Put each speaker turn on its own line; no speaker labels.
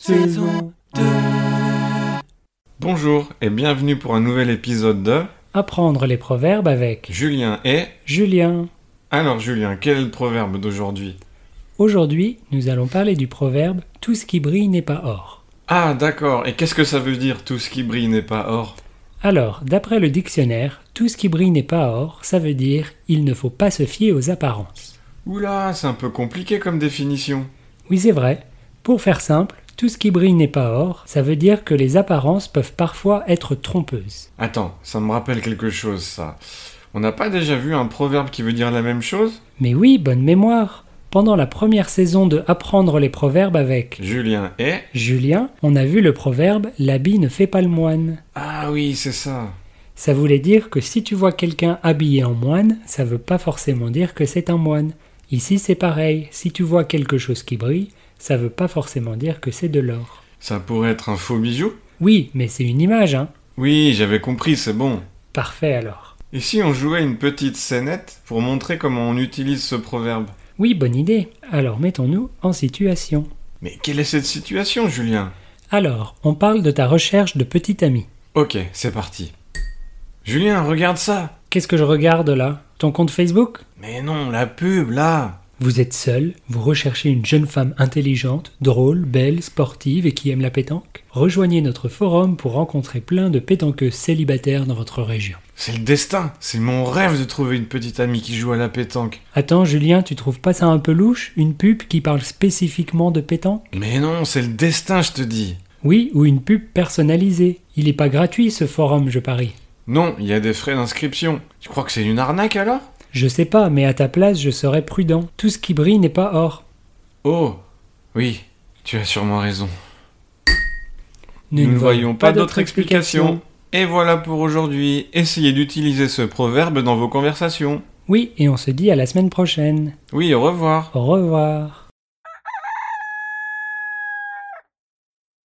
saison 2.
Bonjour et bienvenue pour un nouvel épisode de
Apprendre les proverbes avec
Julien et...
Julien.
Alors Julien, quel est le proverbe d'aujourd'hui
Aujourd'hui, nous allons parler du proverbe Tout ce qui brille n'est pas or.
Ah d'accord, et qu'est-ce que ça veut dire tout ce qui brille n'est pas or
Alors, d'après le dictionnaire, tout ce qui brille n'est pas or, ça veut dire il ne faut pas se fier aux apparences.
Oula, c'est un peu compliqué comme définition.
Oui, c'est vrai. Pour faire simple, tout ce qui brille n'est pas or, ça veut dire que les apparences peuvent parfois être trompeuses.
Attends, ça me rappelle quelque chose ça. On n'a pas déjà vu un proverbe qui veut dire la même chose
Mais oui, bonne mémoire. Pendant la première saison de Apprendre les proverbes avec
Julien et...
Julien, on a vu le proverbe L'habit ne fait pas le moine.
Ah oui, c'est ça.
Ça voulait dire que si tu vois quelqu'un habillé en moine, ça veut pas forcément dire que c'est un moine. Ici, c'est pareil. Si tu vois quelque chose qui brille, ça veut pas forcément dire que c'est de l'or.
Ça pourrait être un faux bijou
Oui, mais c'est une image, hein.
Oui, j'avais compris, c'est bon.
Parfait alors.
Et si on jouait une petite scénette pour montrer comment on utilise ce proverbe
Oui, bonne idée. Alors mettons-nous en situation.
Mais quelle est cette situation, Julien
Alors, on parle de ta recherche de petit ami.
Ok, c'est parti. Julien, regarde ça
Qu'est-ce que je regarde là Ton compte Facebook
Mais non, la pub, là
Vous êtes seul, vous recherchez une jeune femme intelligente, drôle, belle, sportive et qui aime la pétanque Rejoignez notre forum pour rencontrer plein de pétanqueux célibataires dans votre région.
C'est le destin C'est mon rêve de trouver une petite amie qui joue à la pétanque
Attends Julien, tu trouves pas ça un peu louche Une pub qui parle spécifiquement de pétanque
Mais non, c'est le destin, je te dis
Oui, ou une pub personnalisée. Il est pas gratuit ce forum, je parie.
Non, il y a des frais d'inscription. Tu crois que c'est une arnaque alors
Je sais pas, mais à ta place, je serais prudent. Tout ce qui brille n'est pas or.
Oh Oui, tu as sûrement raison. Nous ne voyons pas d'autre explication. Et voilà pour aujourd'hui. Essayez d'utiliser ce proverbe dans vos conversations.
Oui, et on se dit à la semaine prochaine.
Oui, au revoir.
Au revoir.